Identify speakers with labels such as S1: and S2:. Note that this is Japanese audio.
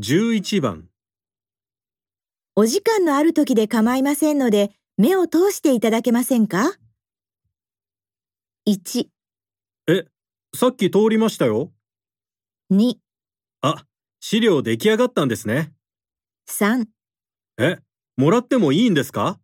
S1: 11番
S2: お時間のある時で構いませんので、目を通していただけませんか ?1、
S1: さっき通りましたよ
S2: 2、
S1: あ資料出来上がったんですね
S2: 3
S1: えもらってもいいんですか